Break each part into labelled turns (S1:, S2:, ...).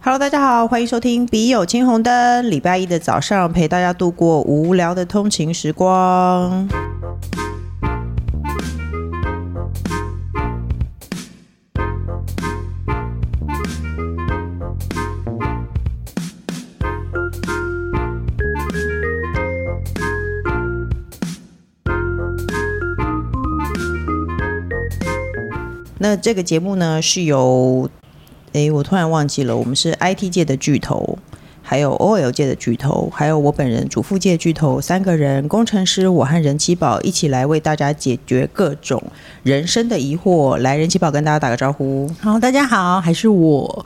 S1: Hello，大家好，欢迎收听《笔友青红灯》，礼拜一的早上陪大家度过无聊的通勤时光。那这个节目呢，是由诶，我突然忘记了，我们是 IT 界的巨头，还有 OL 界的巨头，还有我本人主妇界的巨头，三个人，工程师我和人气宝一起来为大家解决各种人生的疑惑。来，人气宝跟大家打个招呼，
S2: 好，大家好，还是我。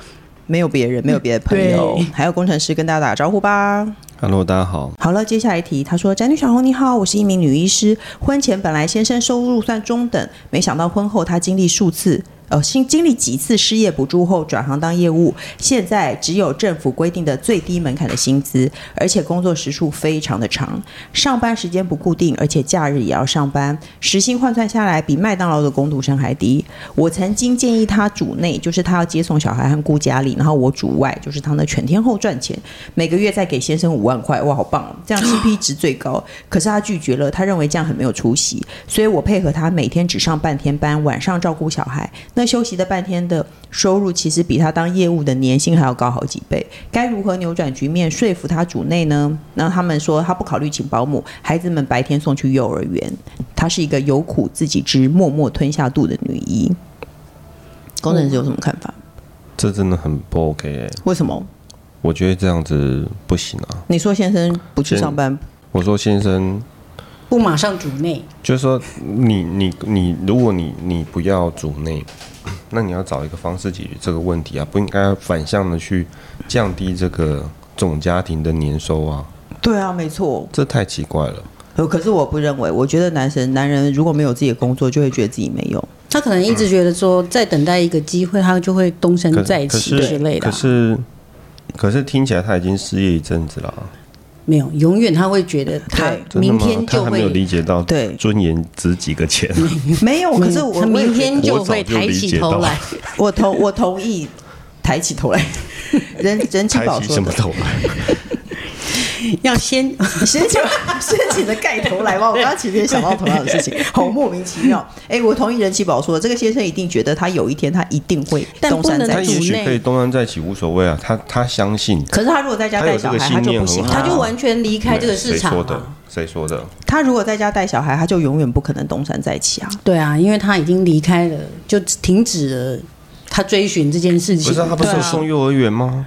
S1: 没有别人，没有别的朋友，
S2: 对
S1: 还有工程师跟大家打个招呼吧。
S3: Hello，大家好。
S1: 好了，接下来一题，他说：“宅女小红你好，我是一名女医师。婚前本来先生收入算中等，没想到婚后她经历数次。”呃，经经历几次失业补助后转行当业务，现在只有政府规定的最低门槛的薪资，而且工作时数非常的长，上班时间不固定，而且假日也要上班，时薪换算下来比麦当劳的工读生还低。我曾经建议他主内，就是他要接送小孩和顾家里，然后我主外，就是他呢全天候赚钱，每个月再给先生五万块，哇，好棒哦！这样 CP 值最高。可是他拒绝了，他认为这样很没有出息，所以我配合他每天只上半天班，晚上照顾小孩。那休息的半天的收入，其实比他当业务的年薪还要高好几倍。该如何扭转局面，说服他主内呢？那他们说他不考虑请保姆，孩子们白天送去幼儿园。她是一个有苦自己知、默默吞下肚的女医。工程师有什么看法？
S3: 这真的很不 OK，、欸、
S1: 为什么？
S3: 我觉得这样子不行啊。
S1: 你说先生不去上班，
S3: 我说先生，
S2: 不马上主内，
S3: 就是说你你你，如果你你不要主内， 那你要找一个方式解决这个问题啊，不应该反向的去降低这个总家庭的年收啊，
S1: 对啊，没错。
S3: 这太奇怪了。
S1: 呃可是我不认为，我觉得男神男人如果没有自己的工作，就会觉得自己没 用。
S2: 他可能一直觉得说，在等待一个机会，他就会东山
S3: 可
S2: 再
S3: 可
S2: 起之类
S3: 是
S2: 的
S3: 可
S2: 啊。
S3: 是可是听起来他已经失业一阵子了啊、
S2: 没有，永远他会觉得他
S1: 对
S3: 真的
S2: 明
S3: 吗？
S2: 天
S3: 他
S2: 就
S3: 还没有理
S2: 会，
S3: 解到
S1: 对
S3: 尊严值几个钱。
S1: 没有，可是我
S3: 嗯
S2: 他
S1: 我也
S2: 明
S1: 觉得
S2: 天就会
S3: 我早就
S2: 抬
S3: 理
S2: 起
S3: 解到
S2: 头来。
S1: 我同我同意，抬起头来，人 人气
S3: 开
S1: 宝
S3: 启
S1: 说
S3: 什么
S1: 的，
S3: 头来？
S2: 要 先
S3: 啊
S1: 先起先起的盖头来吧。我刚刚其实也想到同样的事 情，好莫名其妙。哎，我同意人气宝说的，这个先生一定觉得他有一天他一定会
S2: 但
S1: 东山
S2: 不能
S1: 再
S3: 他
S2: 主
S3: 也
S1: 起。
S3: 许
S2: 内
S3: 可以东山再起，无所谓啊。他他相信，
S1: 可是他如果在家
S3: 他
S1: 带
S3: 有这
S1: 小
S3: 个
S1: 孩，他
S3: 信
S1: 就
S3: 念
S1: 不
S3: 很
S1: 行
S3: 好
S1: 啊，
S2: 他就完全离开这个市
S3: 谁
S2: 场啊
S3: 说
S2: 了
S3: 的。？谁说的？
S1: 他如果在家带小孩，他就永远不可能东山再起啊。
S2: 对啊，因为他已经离开了，就停止了他追寻这件事情。
S3: 不是啊他不是有送幼儿园吗？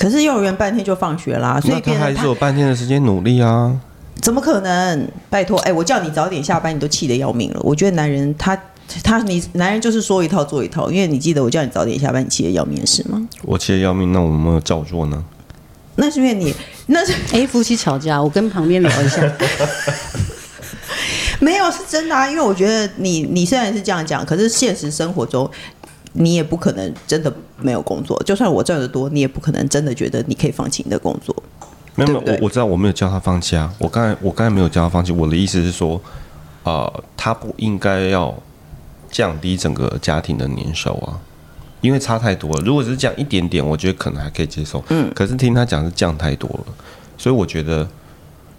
S1: 可是幼儿园半天就放学啦，所
S3: 那
S1: 以
S3: 他
S1: 变
S3: 还
S1: 成他
S3: 是有半天的时间努力啊。
S1: 怎么可能？拜托，哎、我叫你早点下班，你都气得要命了。我觉得男人他他你男人就是说一套做一套，因为你记得我叫你早点下班，你气得要命是吗？
S3: 我气得要命，那我们有没有照做呢？
S1: 那是因为你那是
S2: 哎，夫妻吵架，我跟旁边聊一下。
S1: 没有是真的啊，因为我觉得你你虽然是这样讲，可是现实生活中。你也不可能真的没有工作，就算我赚得多，你也不可能真的觉得你可以放弃你的工作。
S3: 没有，
S1: 对
S3: 没
S1: 不对
S3: 有，我我知道我没有叫他放弃啊。我刚才我刚才没有叫他放弃，我的意思是说，呃，他不应该要降低整个家庭的年收啊，因为差太多了。如果只是降一点点，我觉得可能还可以接受。嗯，可是听他讲是降太多了，所以我觉得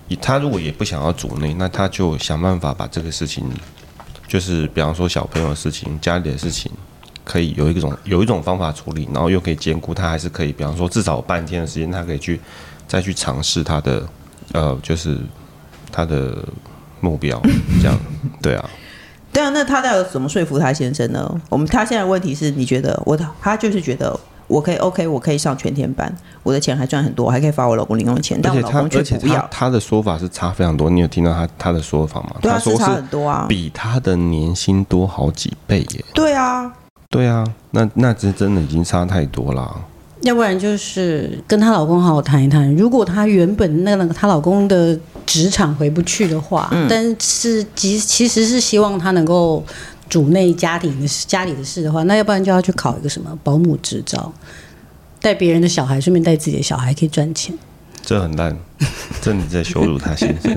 S3: 以他如果也不想要主内，那他就想办法把这个事情，就是比方说小朋友的事情、家里的事情。可以有一种有一种方法处理，然后又可以兼顾他，还是可以，比方说至少有半天的时间，他可以去再去尝试他的呃，就是他的目 标，这样对啊，
S1: 对啊，那他到底怎么说服他先生呢？我们他现在的问题是，你觉得我他就是觉得我可以 OK，我可以上全天班，我的钱还赚很多，我还可以发我老公零用钱，
S3: 而
S1: 但我
S3: 且
S1: 老
S3: 他
S1: 公却
S3: 而且
S1: 不
S3: 他
S1: 要。
S3: 他的说法是差非常多，你有听到他他的说法吗？
S1: 对啊，
S3: 他
S1: 是
S3: 说
S1: 差很
S3: 是
S1: 多啊。
S3: 比他的年薪多好几倍耶，
S1: 对啊，
S3: 对啊，那那这真的已经差太多啦。
S2: 要不然就是跟她老公好好谈一谈。如果她原本那个她老公的职场回不去的话，
S3: 嗯
S2: 但是其其实是希望她能够主内家庭的事家里的事的话，那要不然就要去考一个什么保姆执照，带别人的小孩，顺便带自己的小孩，可以赚钱。
S3: 这很烂，这你在羞辱他先生。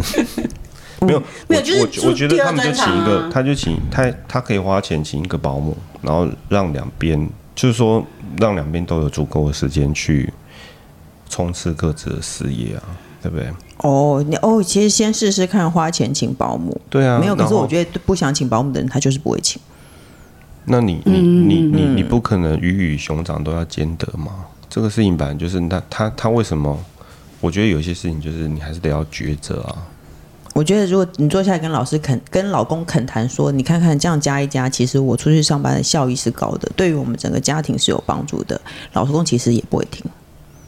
S3: 没有，
S2: 没有
S3: 我
S2: 就是
S3: 我
S2: 住
S3: 我觉得
S2: 第二
S3: 他们就
S2: 专
S3: 请一
S2: 场
S3: 个
S2: 啊，
S3: 他就请他他可以花钱请一个保姆，然后让两边就是说让两边都有足够的时间去冲刺各自的事业啊，对不对？
S1: 哦，你哦，其实先试试看花钱请保姆，
S3: 对啊，
S1: 没有。可是
S3: 然后
S1: 我觉得不想请保姆的人，他就是不会请。
S3: 那你
S2: 嗯
S3: 你你你你不可能鱼与熊掌都要兼得嘛？这个事情本来就是那他他为什么？我觉得有些事情就是你还是得要抉择啊。
S1: 我觉得如果你坐下来跟老师肯跟老公恳谈说，你看看这样加一加，其实我出去上班的效益是高的，对于我们整个家庭是有帮助的。老公其实也不会听，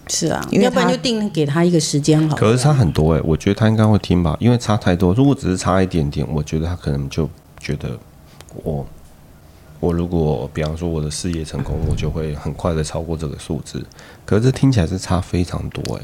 S2: 是啊，
S1: 因为
S2: 要不然
S1: 他
S2: 就定给他一个时间好了。
S3: 可是差很多哎、我觉得他应该会听吧，因为差太多。如果只是差一点点，我觉得他可能就觉得我我如果比方说我的事业成功，我就会很快的超过这个数字。可是这听起来是差非常多哎、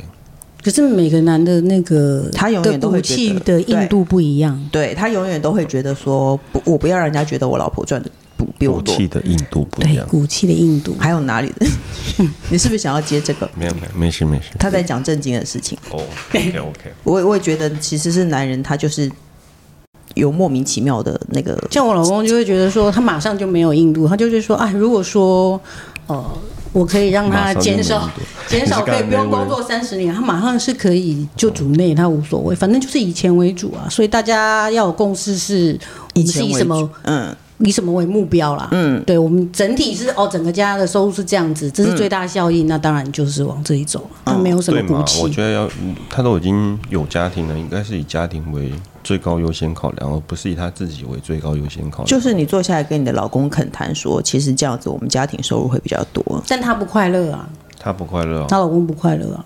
S2: 可是每个男的那个
S1: 他永
S2: 的
S1: 远都
S2: 骨
S1: 会觉
S2: 气
S1: 得
S2: 的硬度不一样，
S1: 对他永远都会觉得说，不，我不要让人家觉得我老婆赚的不比我
S3: 武
S1: 多。
S3: 器的硬度不一
S2: 对
S3: 样。
S2: 骨气的硬度。
S1: 还有哪里的？ 你是不是想要接这个？
S3: 没有没有，没事没事。
S1: 他在讲正经的事情。
S3: 哦，OK OK，
S1: 我也我也觉得其实是男人，他就是有莫名其妙的那个，
S2: 像我老公就会觉得说，他马上就没有硬度，他就是说，啊，如果说，呃，我可以让他减少减少可以不用工作三十年，他马上是可以就组内，他无所谓，反正就是以钱为主啊。所以大家要有共识是，我们是
S1: 前
S2: 以
S1: 为
S2: 什
S1: 主
S2: 么
S1: 嗯，
S2: 以什么为目标啦？嗯，对，我们整体是哦，整个家的收入是这样子，这是最大效益，那当然就是往这里走，啊他没有什么
S3: 嗯对
S2: 骨
S3: 嘛？我
S2: 气。
S3: 觉得要嗯他都已经有家庭了，应该是以家庭为最高优先考量，而不是以他自己为最高优先考量。
S1: 就是你坐下来跟你的老公恳谈说，其实这样子我们家庭收入会比较多。
S2: 但她不快乐啊，
S3: 他不快乐、哦，
S2: 她老公不快乐啊，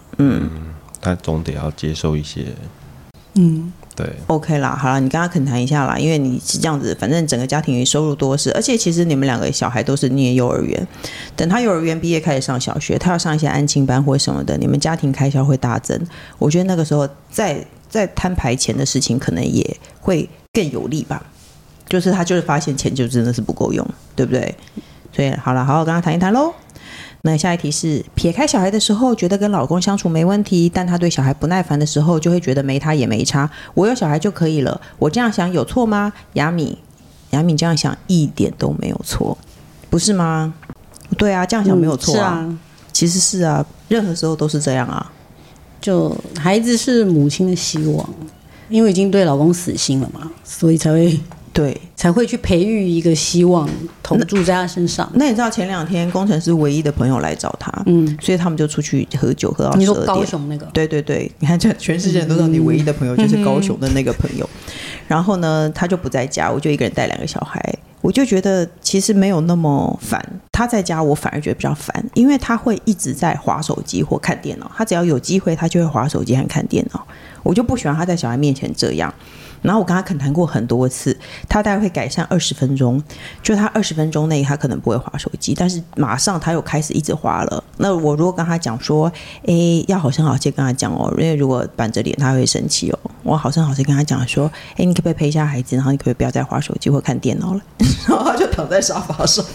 S3: 他总得要接受一些，
S2: 嗯，
S3: 对，
S1: OK 啦，好啦，你跟他恳谈一下啦，因为你是这样子，反正整个家庭收入多是，而且其实你们两个小孩都是念幼儿园，等他幼儿园毕业开始上小学，他要上一些安亲班或什么的，你们家庭开销会大增。我觉得那个时候再再摊牌钱的事情，可能也会更有利吧。就是他就是发现钱就真的是不够用，对不对？所以好了，好好跟他谈一谈喽。那下一题是：撇开小孩的时候，觉得跟老公相处没问题，但他对小孩不耐烦的时候，就会觉得没他也没差，我有小孩就可以了。我这样想有错吗？雅米，雅米这样想一点都没有错，不是吗？对啊，这样想没有错
S2: 是
S1: 啊，
S2: 啊，
S1: 其实是啊，任何时候都是这样啊。
S2: 就孩子是母亲的希望，因为已经对老公死心了嘛，所以才会
S1: 对，
S2: 才会去培育一个希望投注在他身上。
S1: 那你知道前两天工程师唯一的朋友来找他，
S2: 嗯，
S1: 所以他们就出去喝酒，喝到
S2: 你
S1: 十
S2: 说
S1: 二
S2: 高
S1: 点。
S2: 雄那个，
S1: 对对对，你看，这全世界人都知道你唯一的朋友就是高雄的那个朋友。然后呢，他就不在家，我就一个人带两个小孩，我就觉得其实没有那么烦。他在家，我反而觉得比较烦，因为他会一直在划手机或看电脑。他只要有机会，他就会划手机和看电脑。我就不喜欢他在小孩面前这样。然后我跟他恳谈过很多次，他大概会改善二十分钟，就他二十分钟内他可能不会划手机，但是马上他又开始一直划了。那我如果跟他讲说，诶，要好声好气跟他讲哦，因为如果板着脸他会生气哦。我好声好气跟他讲说，诶，你可不可以陪一下孩子，然后你可不可以不要再划手机或看电脑了？ 然后他就躺在沙发上，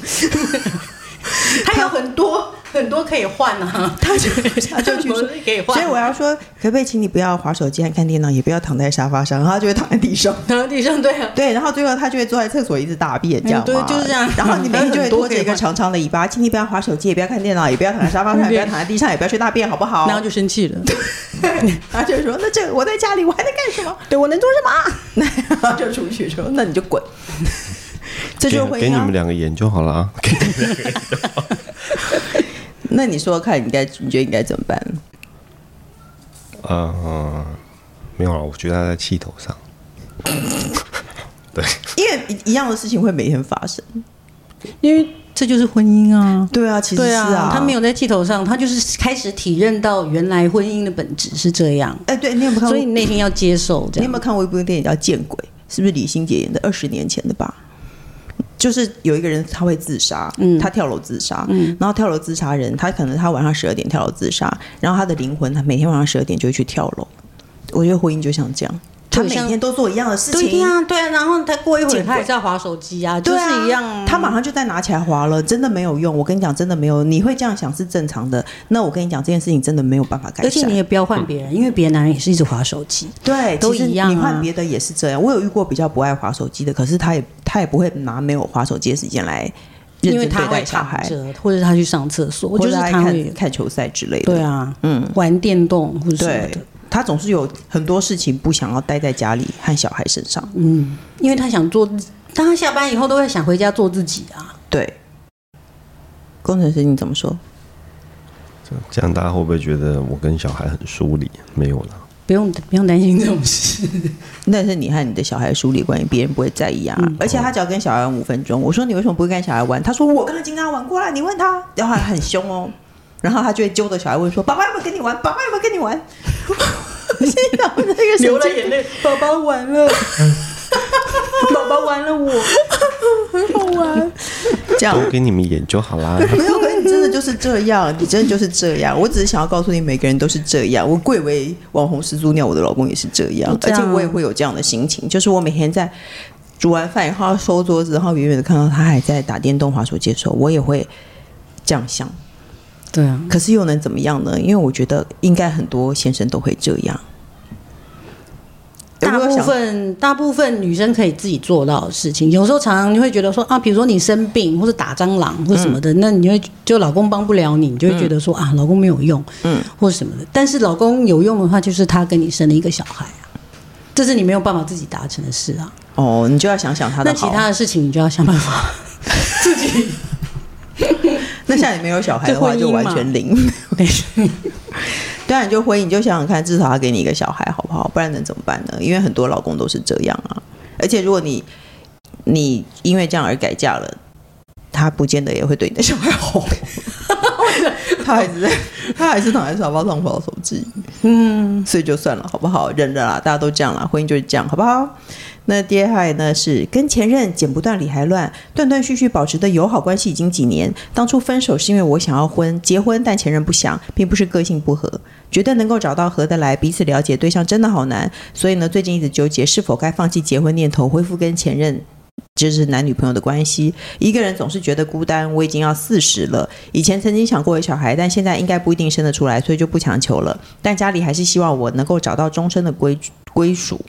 S2: 他有很多很多可以换 啊，
S1: 他就他就去说
S2: 很多可以换，
S1: 所以我要说，可不可以请你不要划手机和看电脑，也不要躺在沙发上，然后他就会躺在地上。
S2: 然后地上对啊，
S1: 对，然后最后他就会坐在厕所一直大便，这样、嘛，
S2: 嗯对就是这样
S1: 然后你每 天就会拖着一
S2: 很多可以
S1: 个
S2: 换
S1: 长长的尾巴，请你不要划手机，也不要看电脑，也不要躺在沙发上，也不要躺在地上，也不要去大便，好不好？
S2: 然后就生气了。
S1: 他就说：“那这个我在家里，我还能干什么？对我能做什么？”啊 然后就出去说：“那你就滚。” 这就
S3: 给
S1: 会
S3: 给你
S1: 让
S3: 们两个演就好了啊。
S1: 那你说说看，你该你觉得应该怎么办？
S3: 呃，嗯没有了，我觉得他在气头上。对，
S1: 因为一一样的事情会每天发生。
S2: 因为这就是婚姻啊。
S1: 对啊，其实
S2: 对
S1: 是
S2: 啊，他没
S1: 有。
S2: 有在气头上，他就是开始体认到原来婚姻的本质是这样，
S1: 哎，对你有没有看过？
S2: 所以你内心要接受这
S1: 你有没有。
S2: 样
S1: 看过一部电影叫《见鬼》？是不是李心洁演的？二十年前的吧。就是有一个人他会自杀，
S2: 嗯
S1: 他跳楼自杀，然后跳楼自杀人，他可能他晚上十二点跳楼自杀，然后他的灵魂，他每天晚上十二点就会去跳楼。我觉得婚姻就像这样，他
S2: 就
S1: 每
S2: 像
S1: 天都做一样的事情，
S2: 对呀、对啊，然后他过一会
S1: 见
S2: 儿
S1: 鬼
S2: 他也在划手机啊，就
S1: 对啊
S2: 是一样。
S1: 他马上就再拿起来划了，真的没有用。我跟你讲，真的没有，你会这样想是正常的。那我跟你讲，这件事情真的没有办法改善。
S2: 而且你也不要换别人，因为别的男人也是一直划手机。
S1: 对，
S2: 都
S1: 其实
S2: 一样啊
S1: 你换别的也是这样，我有遇过比较不爱划手机的，可是他也他也不会拿没有划手机的时间来认
S2: 因为
S1: 真
S2: 他
S1: 对
S2: 会
S1: 待小
S2: 躺
S1: 孩，
S2: 着，或者他去上厕所，
S1: 或
S2: 就是
S1: 者爱
S2: 他会
S1: 看看球赛之类的。
S2: 对啊，
S1: 嗯，
S2: 玩电动或者什么
S1: 对
S2: 的，
S1: 他总是有很多事情不想要待在家里和小孩身上。
S2: 嗯，因为他想做，当他下班以后都会想回家做自己啊。
S1: 对，工程师你怎么说？
S3: 这样大家会不会觉得我跟小孩很疏离？没有了，
S2: 不用不用担心这种事，
S1: 那是你和你的小孩疏离关系，别人不会在意啊。而且他只要跟小孩玩五分钟，我说你为什么不会跟小孩玩？他说我刚才已经跟他玩过了，你问他，然后还很凶哦。 然后他就会揪着小孩问说：“爸爸有没有跟你玩？爸爸有没有跟你玩？” 我心想那个神经病
S2: 泪，宝宝完 了，宝宝完了我，很好玩。
S1: 这样
S3: 多给你们演就好 啊啦。
S1: 没有，可是你真的就是这样，你真的就是这样。我只是想要告诉你，每个人都是这样。我贵为网红始祖鸟，我的老公也是这样，
S2: 就这样啊
S1: 而且我也会有这样的心情，就是我每天在煮完饭，然后收桌子，然后远远的看到他还在打电动、滑手机的时候，我也会这样想。
S2: 对啊，
S1: 可是又能怎么样呢？因为我觉得应该很多先生都会这样。
S2: 大
S1: 有没
S2: 部
S1: 有想
S2: 分大部分女生可以自己做到的事情，有时候常常你会觉得说啊，比如说你生病或者打蟑螂或什么
S1: 嗯
S2: 的，那你会就老公帮不了你，你就会觉得说、啊，老公没有用，嗯，或什么的。但是老公有用的话，就是他跟你生了一个小孩啊，这是你没有办法自己达成的事啊。
S1: 哦，你就要想想他的
S2: 那其
S1: 好。
S2: 他的事情你就要想 办法自己。
S1: 那像你没有小孩的话，
S2: 就
S1: 就
S2: 婚姻嘛
S1: 完全零。对啊，你就婚姻，你就想想看，至少他给你一个小孩，好不好？不然能怎么办呢？因为很多老公都是这样啊。而且如果你你因为这样而改嫁了，他不见得也会对你的小孩好。他还是在，他还是躺在沙发上玩手机。嗯，所以就算了，好不好？忍忍啦，大家都这样啦，婚姻就是这样，好不好？那第二害呢是跟前任剪不断理还乱，断断续续保持的友好关系已经几年。当初分手是因为我想要婚结婚，但前任不想，并不是个性不合，觉得能够找到合得来、彼此了解对象真的好难。所以呢，最近一直纠结是否该放弃结婚念头，恢复跟前任。就是男女朋友的关系，一个人总是觉得孤单。我已经要四十了，以前曾经想过有小孩，但现在应该不一定生得出来，所以就不强求了。但家里还是希望我能够找到终身的归归属。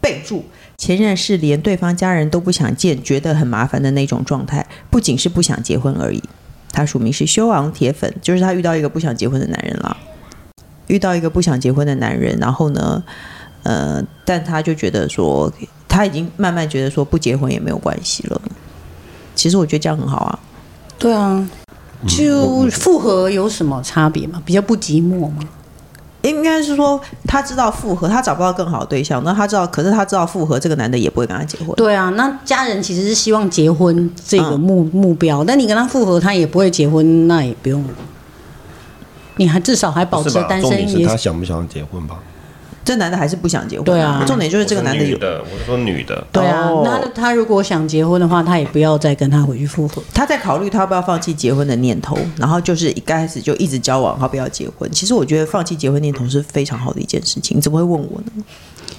S1: 备注：前任是连对方家人都不想见，觉得很麻烦的那种状态，不仅是不想结婚而已。他署名是修昂铁粉，就是他遇到一个不想结婚的男人了，遇到一个不想结婚的男人，然后呢，呃，但他就觉得说，他已经慢慢觉得说不结婚也没有关系了。其实我觉得这样很好啊，
S2: 对啊，就复合有什么差别吗？比较不寂寞吗？
S1: 应该是说他知道复合，他找不到更好的对象，那他知道，可是他知道复合这个男的也不会跟他结婚。
S2: 对啊，那家人其实是希望结婚这
S1: 嗯
S2: 个目、目标，但你跟他复合，他也不会结婚，那也不用。你还至少还保
S3: 不
S2: 持
S3: 是吧
S2: 单
S3: 重
S2: 身
S3: 点是
S2: 也
S3: 他想不想结婚吧？
S1: 这男的还是不想结婚、
S2: 对啊
S1: 重点就是这个男的
S3: 我说
S1: 有
S3: 女的，我说女的，
S2: 对啊。
S1: 哦
S2: 那他如果想结婚的话，他也不要再跟他回去复合。
S1: 他在考虑他要不要放弃结婚的念头，然后就是一开始就一直交往，然后不要结婚。其实我觉得放弃结婚念头是非常好的一件事情，你怎么会问我呢？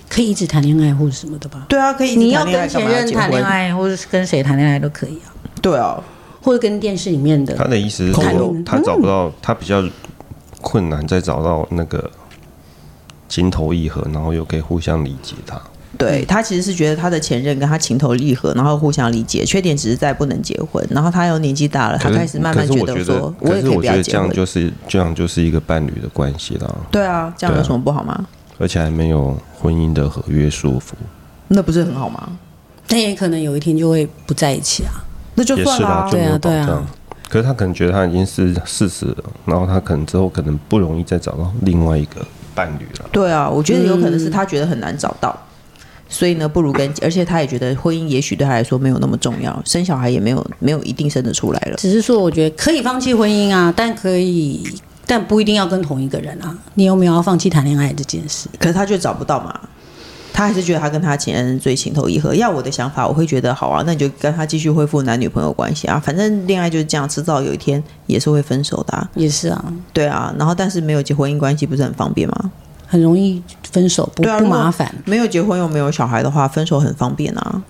S2: 可以一直谈恋爱或者什么的吧？
S1: 对啊，可以一直
S2: 你要
S1: 谈恋爱干
S2: 跟前
S1: 嘛要
S2: 任
S1: 结
S2: 谈恋
S1: 婚？
S2: 爱，或者是跟谁谈恋爱都可以啊，
S1: 对啊，
S2: 或者跟电视里面的
S3: 他的意思是
S1: 朋
S3: 说
S1: 友，
S3: 他找不
S1: 嗯
S3: 到，他比较困难再找到那个情投意合，然后又可以互相理解他。
S1: 对他其实是觉得他的前任跟他情投意合，然后互相理解，缺点只是在不能结婚。然后他又年纪大了，他
S3: 可是
S1: 开始慢慢
S3: 可是我
S1: 得
S3: 觉
S1: 说，
S3: 可
S1: 也
S3: 是
S1: 可以
S3: 我
S1: 不
S3: 觉
S1: 要
S3: 得
S1: 结
S3: 这样
S1: 婚。
S3: 就是这样就是一个伴侣的关系啦，
S1: 对啊，这样有
S3: 对啊
S1: 什么不好吗？
S3: 而且还没有婚姻的合约束缚，
S1: 那不是很好吗？
S2: 但也可能有一天就会不在一起啊。
S1: 那就
S3: 也
S1: 算
S3: 是
S1: 了、
S3: 啦，就没有保
S2: 对啊对
S3: 障
S2: 啊。
S3: 可是他可能觉得他已经是四十了，然后他可能之后可能不容易再找到另外一个伴侣了。
S1: 对啊，我觉得有可能是他觉得很难找到，所以呢，不如跟，而且他也觉得婚姻也许对他来说没有那么重要，生小孩也没有没有一定生得出来了。
S2: 只是说，我觉得可以放弃婚姻啊，但可以，但不一定要跟同一个人啊。你有没有要放弃谈恋爱这件事？
S1: 可是他就找不到嘛，他还是觉得他跟他前任最情投意合。要我的想法，我会觉得好啊，那你就跟他继续恢复男女朋友关系啊，反正恋爱就是这样，迟早有一天也是会分手的、啊。
S2: 也是啊，
S1: 对啊，然后但是没有结婚姻关系不是很方便吗？
S2: 很容易分手，不、
S1: 对啊
S2: 不
S1: 如果
S2: 麻烦。
S1: 没有结婚又没有小孩的话，分手很方便啊，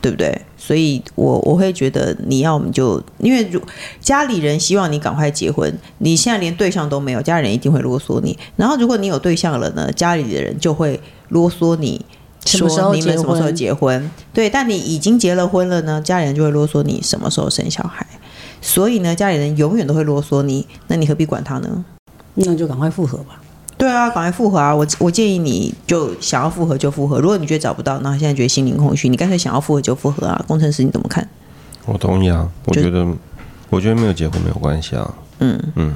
S1: 对不对？所以我我会觉得你要么就因为如家里人希望你赶快结婚，你现在连对象都没有，家里人一定会啰嗦你。然后如果你有对象了呢，家里的人就会啰嗦你。
S2: 什么时候
S1: 说你们
S2: 结
S1: 什么时候
S2: 婚
S1: 结婚？对，但你已经结了婚了呢，家里人就会啰嗦你什么时候生小孩。所以呢，家里人永远都会啰嗦你，那你何必管他呢？
S2: 那就赶快复合吧。
S1: 对啊，赶快复合啊！我我建议你就想要复合就复合，如果你觉得找不到，那现在觉得心灵空虚，你干脆想要复合就复合啊！工程师你怎么看？
S3: 我同意啊，我觉得我觉得没有结婚没有关系啊，
S1: 嗯
S3: 嗯，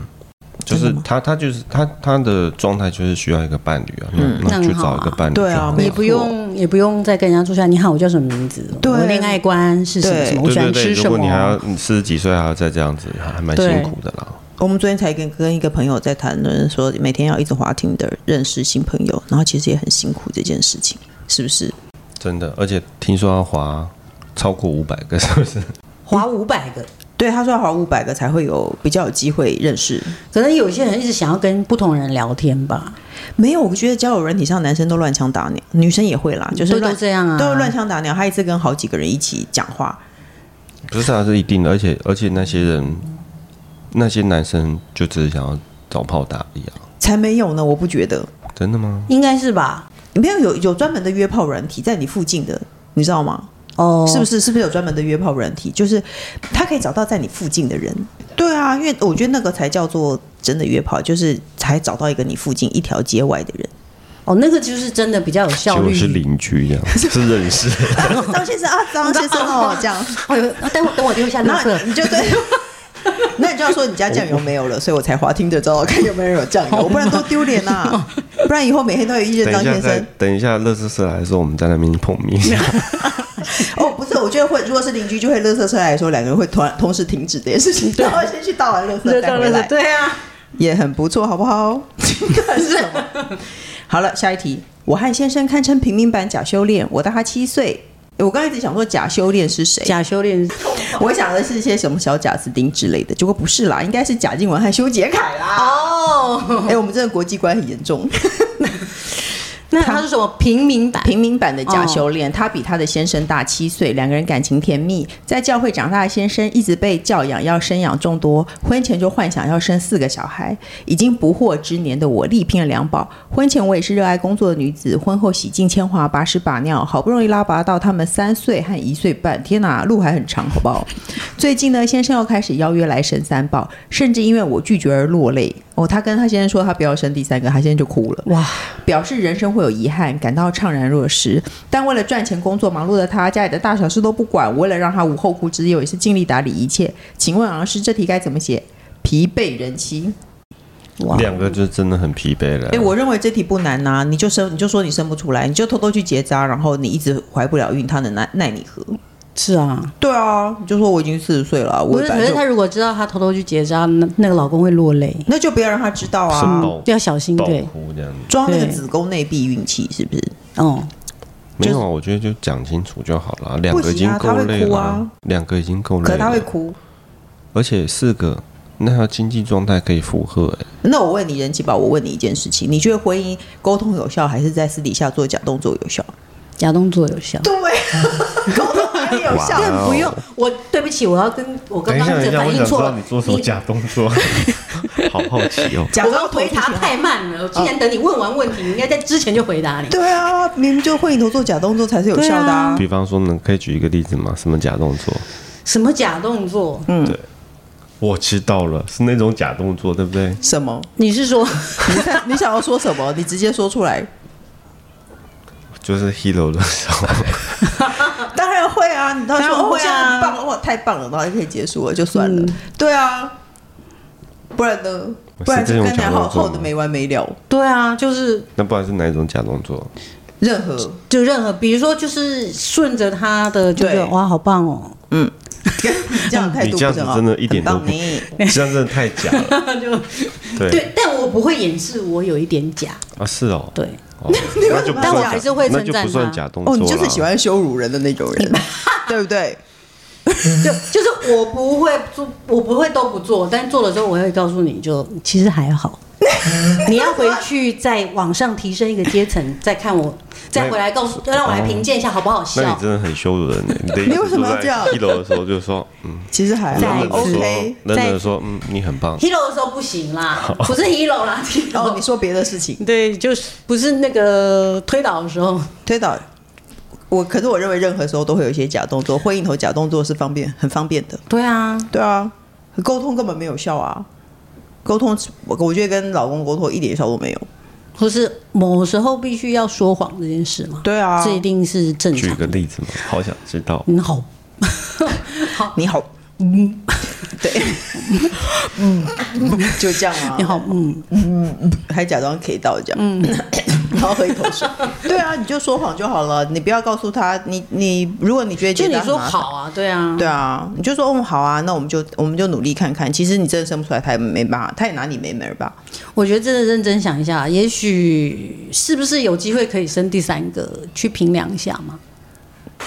S3: 就
S1: 真
S3: 是
S1: 的吗
S3: 他他就是他他的状态就是需要一个伴侣啊，那
S1: 嗯
S3: 那就
S2: 那很好
S3: 找
S2: 啊
S3: 一个伴侣就
S1: 对啊
S3: 好了
S1: 没
S2: 也
S1: 有
S2: 不用也不用再跟人家住下。你好，我叫什么名字？
S1: 对
S2: 我恋爱观是什么什么？我
S3: 对
S2: 喜
S3: 对
S2: 欢
S3: 对，
S2: 吃
S3: 如
S2: 什么啊
S3: 果？你还要你四十几岁还要再这样子，还还蛮辛
S2: 对
S3: 苦的啦。
S1: 我们昨天才跟跟一个朋友在谈论说，每天要一直滑听的认识新朋友，然后其实也很辛苦这件事情，是不是？
S3: 真的，而且听说要划超过五百个， 是不是？
S2: 划五百个，
S1: 对，他说要滑五百个才会有比较有机会认识。
S2: 可能有些人一直想要跟不同人聊天吧，
S1: 没有，我觉得交友软体上男生都乱枪打鸟，女生也会啦，就是
S2: 都
S1: 乱
S2: 都这样啊，
S1: 都是乱枪打鸟。他一次跟好几个人一起讲话，
S3: 不是啊，是一定的。而且而且那些人，那些男生就只是想要找炮打而已啊！
S1: 才没有呢，我不觉得。
S3: 真的吗？
S2: 应该是吧？
S1: 没有有有专门的约炮软体在你附近的，你知道吗？
S2: 哦，
S1: 是不
S2: 是？
S1: 是是不是有专门的约炮软体？就是他可以找到在你附近的人。对啊，因为我觉得那个才叫做真的约炮，就是才找到一个你附近一条街外的 人。
S2: 哦，那个就是真的比较有
S3: 结
S2: 效
S3: 果
S2: 率。
S3: 是邻 居这样，是认识。
S1: 张先生啊，张先生 哦，这样，
S2: 哦，有啊等我等我丢一下垃
S1: 那
S2: 圾。
S1: 你 就对。 那你就要说你家酱油没有了，所以我才滑听着找找看有没有人有酱 油，不然多丢脸 呐！不然以后每天都有遇见
S3: 等
S1: 张
S3: 一下
S1: 先
S3: 再
S1: 生。
S3: 等一下，乐色社来的时候，我们在那边碰面。
S1: 哦，不是，我觉得会，如果是邻居，就会垃圾车来说，两个人会同同时停止 这件事情，然后先去倒完垃圾再回来。
S2: 对啊，
S1: 也很不错，好不 好？是什么？好了，下一题。我和先生堪称平民版假修炼，我大他七岁。诶我刚才一直想说假修炼是谁，
S2: 假修炼
S1: 我想的是一些什么小贾斯汀之类的，结果不是啦，应该是贾静雯和修杰楷啦。
S2: 哦，
S1: 哎、我们真的国际观很严重。
S2: 那他是什么平民版？
S1: 平民版的假修炼，她比她的先生大七岁，两个人感情甜蜜。在教会长大的先生一直被教养要生养众多，婚前就幻想要生四个小孩。已经不惑之年的我力拼了两宝，婚前我也是热爱工作的女子，婚后洗尽铅华，把屎把尿，好不容易拉拔到他们三岁和一岁半，天哪，路还很长，好不好？ 最近呢，先生又开始邀约来生三宝，甚至因为我拒绝而落泪。哦，她跟她先生说她不要生第三个，她先生就哭了。
S2: 哇，
S1: 表示人生会有遗憾，感到怅然若失。但为了赚钱工作忙碌的他，家里的大小事都不管。为了让他无后顾之忧，也是尽力打理一切。请问老师，这题该怎么写？疲惫人妻。哇！
S3: 两个就真的很疲惫了。
S1: 哎、我认为这题不难呐、你就生，你就说你生不出来，你就偷偷去结扎，然后你一直怀不了孕，他能奈奈你何？
S2: 是啊，
S1: 对啊，你就说我已经四十岁了，我
S2: 不是，
S1: 本
S2: 可
S1: 来
S2: 是
S1: 就
S2: 他如果知道他偷偷去结扎，那那个老公会落泪，
S1: 那就不要让他知道
S3: 是
S1: 啊，
S3: 爆
S2: 要小心。
S3: 爆
S2: 对，
S3: 哭这样子。
S1: 装那个
S2: 对
S1: 子宫内避孕器是不是？
S2: 哦，
S3: 没
S1: 就是
S3: 有啊，我觉得就讲清楚就好了。两
S1: 不
S3: 个已
S1: 行
S3: 经
S1: 啊
S3: 够
S1: 他会
S3: 累
S1: 哭
S3: 了
S1: 啊
S3: 啊，两个已经够
S1: 可
S3: 累
S1: 他会
S3: 了。
S1: 哭。
S3: 而且四个，那他经济状态可以负荷哎。
S1: 那我问你，人气宝，我问你一件事情，你觉得婚姻沟通有效，还是在私底下做假动作有效？
S2: 假动作有效。
S1: 对，啊 沟通哪里有效？
S3: 哇哦
S2: 不用，我对不起，我要跟我刚刚这反应错了。
S3: 动作，好好奇 哦。
S1: 假
S2: 我
S1: 装
S2: 刚回答
S1: 投进去
S2: 太慢了，我竟然等你问完问题，你应该在之前就回答你。
S1: 对啊，明明就会你头做假动作才是有效的啊。
S3: 比方说呢，可以举一个例子吗？什么假动作？
S2: 什么假动作？
S3: 我知道了，是那种假动作，对不对？
S1: 什么？
S2: 你是说
S1: 你看你想要说什么？你直接说出来。
S3: 就是 hero 的时 候，
S1: 当然会 啊，你到时
S2: 当
S1: 候
S2: 然
S1: 我
S2: 会
S1: 现在
S2: 啊
S1: 很棒了，哇，太棒了，然后就可以结束了，就算了。
S2: 嗯
S1: 对啊，不然呢？不然就跟人家好好的没完没了。
S2: 对啊，就是
S3: 那不然是哪一种假动作？
S1: 任何
S2: 就任何，比如说就是顺着他的，就觉
S1: 对
S2: 得哇，好棒哦，
S1: 你这样的态
S3: 你
S1: 度
S3: 这样
S1: 不
S3: 子
S1: 很好，
S3: 真的一点都
S1: 很
S3: 不
S1: 棒欸你。
S3: 这样真的太假 了。
S2: 就
S3: 对
S2: 对，但我不会掩饰我有一点假，
S3: 啊，是哦，
S2: 对，
S3: 哦那就不算
S1: 但我
S3: 假
S2: 还是会
S3: 那就
S2: 称赞
S3: 不算
S2: 他
S3: 假动作
S1: 哦，
S3: 啦
S1: 你就是喜欢羞辱人的那种人， 对不对？
S2: 就就是我不会做，我不会都不做，但做了之后我会告诉你就其实还好。 你要回去再往上提升一个阶层，再看我，再回来告诉，让我来评鉴一下好不好
S3: 那
S2: 笑
S3: 你。真的很羞辱人呢。欸你的意
S1: 你为
S3: 思
S1: 什么要这样
S3: 一楼的时候就说，嗯，
S1: 其实还
S2: 再
S1: 好
S2: 一
S3: 冷冷
S2: 次
S3: 地说
S1: ，OK。，
S3: 冷冷
S2: 再一
S3: 地
S2: 次
S3: 说，嗯，你很棒。
S2: hero 的时候不行啦，不是 hero 啦
S1: 然哦后你
S2: ，hero
S1: 说别的事情，
S2: 对，就是不是那个推倒的时候，
S1: 推倒我，可是我认为任何时候都会有一些假动作，会议头假动作是方便，很方便的。
S2: 对啊，
S1: 对啊，可沟通根本没有效啊。沟通，我我觉得跟老公沟通一点效都没有。
S2: 或是某时候必须要说谎这件事嘛，
S1: 对啊，
S2: 这一定是正
S3: 举
S2: 常。
S3: 个例子嘛，好想知道。
S2: 你 好，
S1: 你好，嗯， 对，嗯，就这样啊
S2: 你，好，嗯，
S1: 还假装 K 到这样，嗯， 然后喝一口水。对啊，你就说谎就好了，你不要告诉他，你你如果你觉得
S2: 就
S1: 觉
S2: 你
S1: 得他
S2: 说
S1: 很麻烦
S2: 好啊，对啊，
S1: 对啊，你就说嗯好啊，那我们就我们就努力看看。其实你真的生不出来，他也没办法，他也拿你没门儿吧？
S2: 我觉得真的认真想一下，也许是不是有机会可以生第三个，去评量一下嘛？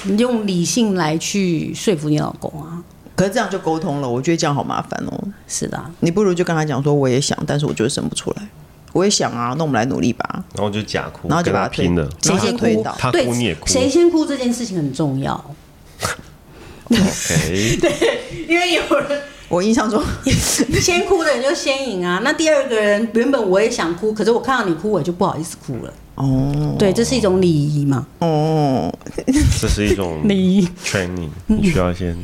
S2: 你用理性来去说服你老公啊，
S1: 可是这样就沟通了，我觉得这样好麻烦哦。
S2: 是的啊，
S1: 你不如就跟他讲说，我也想，但是我就是生不出来。我也想啊，那我们来努力吧。
S3: 然后就假哭，
S1: 然后就
S3: 跟
S1: 把
S3: 他
S1: 他推
S3: 拼了。
S1: 然
S2: 谁
S1: 后就
S2: 先
S1: 推
S2: 哭
S1: 倒？
S3: 他
S2: 对
S3: 哭你也哭
S2: 谁先哭这件事情很重要，
S3: OK，
S2: 因为有人
S1: 我印象中，
S2: 先哭的人就先赢啊。那第二个人原本我也想哭，可是我看到你哭，我就不好意思哭了。
S1: 哦
S2: 对，这是一种礼仪嘛。
S1: 哦，
S3: 这是一 种
S2: 你
S3: training，你
S2: 嗯
S3: 需要先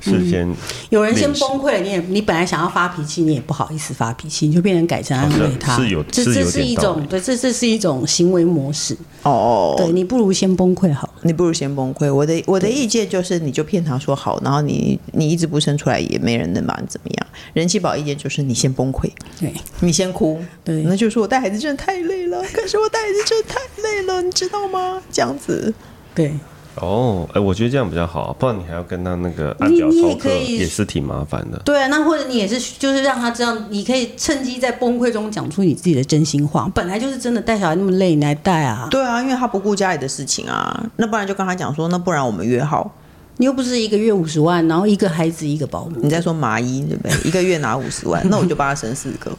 S3: 事先
S2: 有人先
S3: 练习
S2: 崩溃了，你也你本来想要发脾气，你也不好意思发脾气，你就变成改成安慰他。
S3: 好像是有
S2: 这
S3: 是有
S2: 这
S3: 点
S2: 是一
S3: 道理
S2: 种对，这这是一种行为模式。对
S1: 哦，
S2: 你不如先崩溃好了。
S1: 你不如先崩溃。我的我的意见就是，你就骗他说好，然后你你一直不生出来，也没人能把你怎么样。人气宝意见就是你先崩溃，
S2: 对，
S1: 你先哭，
S2: 对
S3: 嗯
S1: 那就是我带孩子真的太累了。可是我带孩子真的太累了，你知道吗？这样子，
S2: 对，
S3: 哦，哎、我觉得这样比较好，不然你还要跟他那个按
S2: 你
S3: 表
S2: 你也
S3: 操课，
S2: 可以
S3: 也是挺麻烦的。
S2: 对啊，那或者你也是，就是让他知道，你可以趁机在崩溃中讲出你自己的真心话。本来就是真的带小孩那么累，你来带啊，
S1: 对啊，因为他不顾家里的事情啊，那不然就跟他讲说，那不然我们约好，
S2: 你又不是一个月五十万，然后一个孩子一个保姆，
S1: 你再说麻衣对不对？一个月拿五十万，那我就帮他生四 个，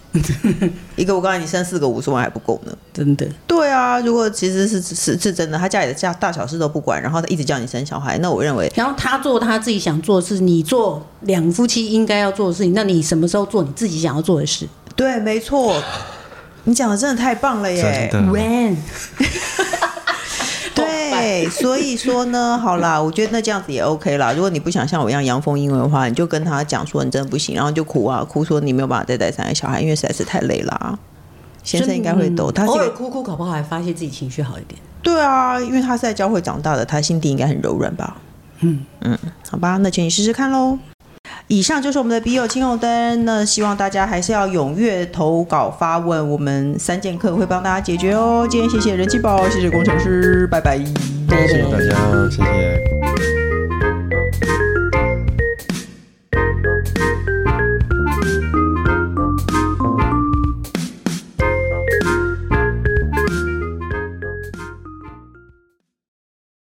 S1: 一个我告诉你生四个五十万还不够呢。
S2: 真的
S1: 对啊，如果其实是是是真的，他家里的家大小事都不管，然后他一直叫你生小孩，那我认为
S2: 然后他做他自己想做的事，你做两夫妻应该要做的事情。那你什么时候做你自己想要做的事
S1: 对，没 错。你讲的真的太棒了耶！
S3: 真的，
S2: ？When
S1: 对，所以说呢，好啦，我觉得那这样子也 OK 啦。如果你不想像我一样阳奉阴违的话，你就跟他讲说你真的不行，然后就哭啊哭说你没有办法再带三个小孩，因为实在是太累啦。先生应该会懂，他是
S2: 偶
S1: 一
S2: 尔
S1: 个
S2: 哭哭，搞不好还发泄自己情绪好一点。
S1: 对啊，因为他是在教会长大的，他心地应该很柔软吧？
S2: 嗯
S1: 嗯，好吧，那请你试试看喽。以上就是我们的笔友青红灯，那希望大家还是要踊跃投稿发问，我们三剑客会帮大家解决哦。今天谢谢人气宝，谢谢工程师，拜拜。
S3: 谢谢大家，谢谢。